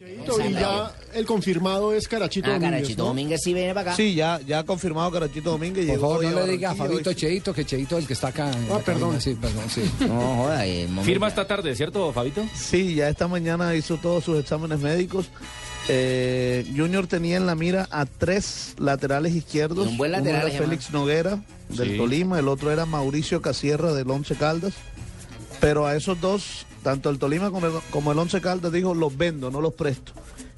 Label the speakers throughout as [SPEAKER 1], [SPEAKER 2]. [SPEAKER 1] Y ya el confirmado es Carachito
[SPEAKER 2] Ah,
[SPEAKER 1] Domínguez,
[SPEAKER 2] Carachito
[SPEAKER 1] ¿no?
[SPEAKER 2] Domínguez sí viene para acá.
[SPEAKER 3] Sí, ya, ya ha confirmado Carachito Domínguez.
[SPEAKER 4] Por
[SPEAKER 3] Llegó
[SPEAKER 4] favor,
[SPEAKER 3] hoy
[SPEAKER 4] no
[SPEAKER 3] a
[SPEAKER 4] le diga a
[SPEAKER 3] Barranquilla,
[SPEAKER 4] Fabito
[SPEAKER 3] hoy.
[SPEAKER 4] Cheito que Cheito es el que está acá.
[SPEAKER 1] Ah,
[SPEAKER 4] en la cabina,
[SPEAKER 1] perdón.
[SPEAKER 4] Sí, perdón, sí.
[SPEAKER 2] No, joda, eh, momento.
[SPEAKER 5] Firma esta tarde, ¿cierto, Fabito?
[SPEAKER 3] Sí, ya esta mañana hizo todos sus exámenes médicos. Eh, Junior tenía en la mira a tres laterales izquierdos.
[SPEAKER 2] Y un buen lateral,
[SPEAKER 3] Uno era
[SPEAKER 2] además.
[SPEAKER 3] Félix Noguera del
[SPEAKER 5] Sí.
[SPEAKER 3] Tolima, el otro era Mauricio Casierra del Once Caldas. Pero a esos dos, tanto el Tolima como el, como el Once Caldas, dijo los vendo, no los presto.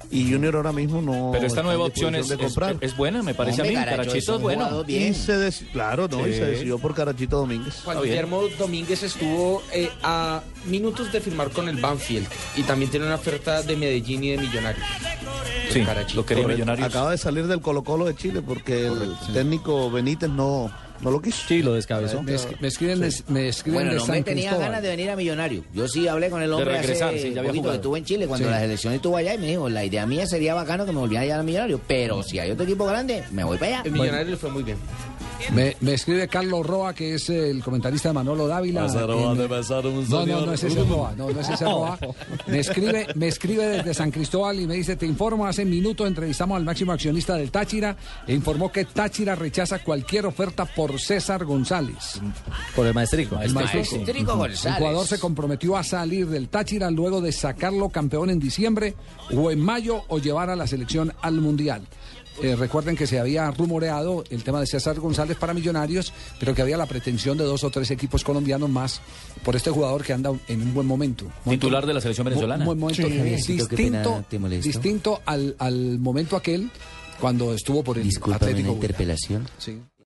[SPEAKER 3] Y Junior ahora mismo no.
[SPEAKER 5] Pero esta
[SPEAKER 3] está en
[SPEAKER 5] nueva opción es,
[SPEAKER 3] disposición de
[SPEAKER 5] es-
[SPEAKER 3] comprar.
[SPEAKER 5] es buena, me parece
[SPEAKER 2] Hombre,
[SPEAKER 5] a mí.
[SPEAKER 2] Caracho, es
[SPEAKER 5] Carachito
[SPEAKER 2] un
[SPEAKER 5] es bueno.
[SPEAKER 2] jugador bien.
[SPEAKER 3] Y se dec- claro, no, y
[SPEAKER 5] Sí.
[SPEAKER 3] se decidió por Carachito Domínguez.
[SPEAKER 6] Juan
[SPEAKER 5] Está bien.
[SPEAKER 6] Guillermo Domínguez estuvo eh, a minutos de firmar con el Banfield y también tiene una oferta de Medellín y de Millonarios.
[SPEAKER 5] Sí,
[SPEAKER 6] Carachito.
[SPEAKER 5] lo quería
[SPEAKER 6] Correcto.
[SPEAKER 5] Millonarios.
[SPEAKER 3] Acaba de salir del Colo Colo de Chile porque el técnico Benítez no, no lo quiso.
[SPEAKER 7] Sí, lo descabezó.
[SPEAKER 4] Me, escri- me escriben, de- me escriben
[SPEAKER 2] Bueno,
[SPEAKER 4] de
[SPEAKER 2] el hombre
[SPEAKER 4] San
[SPEAKER 2] tenía
[SPEAKER 4] Cristóbal.
[SPEAKER 2] ganas de venir a Millonario. Yo sí hablé con el hombre
[SPEAKER 5] regresar,
[SPEAKER 2] hace
[SPEAKER 5] sí, ya había
[SPEAKER 2] poquito que
[SPEAKER 5] jugado.
[SPEAKER 2] estuvo en Chile cuando
[SPEAKER 4] Sí.
[SPEAKER 2] las elecciones estuvo allá y me dijo, la idea mía sería bacano que me volviera allá a Millonario, pero si hay otro equipo grande, me voy para allá.
[SPEAKER 6] El Millonario le fue muy bien.
[SPEAKER 4] Me, me escribe Carlos Roa, que es el comentarista de Manolo Dávila. en- no, no, no es ese Roa, no, no es ese Roa. Me escribe, me escribe desde San Cristóbal y me dice, te informo, hace minutos entrevistamos al máximo accionista del Táchira e informó que Táchira rechaza cualquier oferta por César González.
[SPEAKER 7] Por el maestrico.
[SPEAKER 2] El maestrico
[SPEAKER 4] El
[SPEAKER 2] González.
[SPEAKER 4] jugador se comprometió a salir del Táchira luego de sacarlo campeón en diciembre o en mayo o llevar a la selección al Mundial. Eh, recuerden que se había rumoreado el tema de César González para Millonarios, pero que había la pretensión de dos o tres equipos colombianos más por este jugador que anda en un buen momento.
[SPEAKER 5] Titular de la selección venezolana.
[SPEAKER 4] Un buen momento.
[SPEAKER 2] Javiercito, qué pena,
[SPEAKER 4] distinto
[SPEAKER 2] te molesto.
[SPEAKER 4] distinto al, al momento aquel cuando estuvo por el
[SPEAKER 2] Discúlpame
[SPEAKER 4] Atlético.
[SPEAKER 2] una
[SPEAKER 4] Bucaramanga.
[SPEAKER 2] interpelación.
[SPEAKER 4] Sí.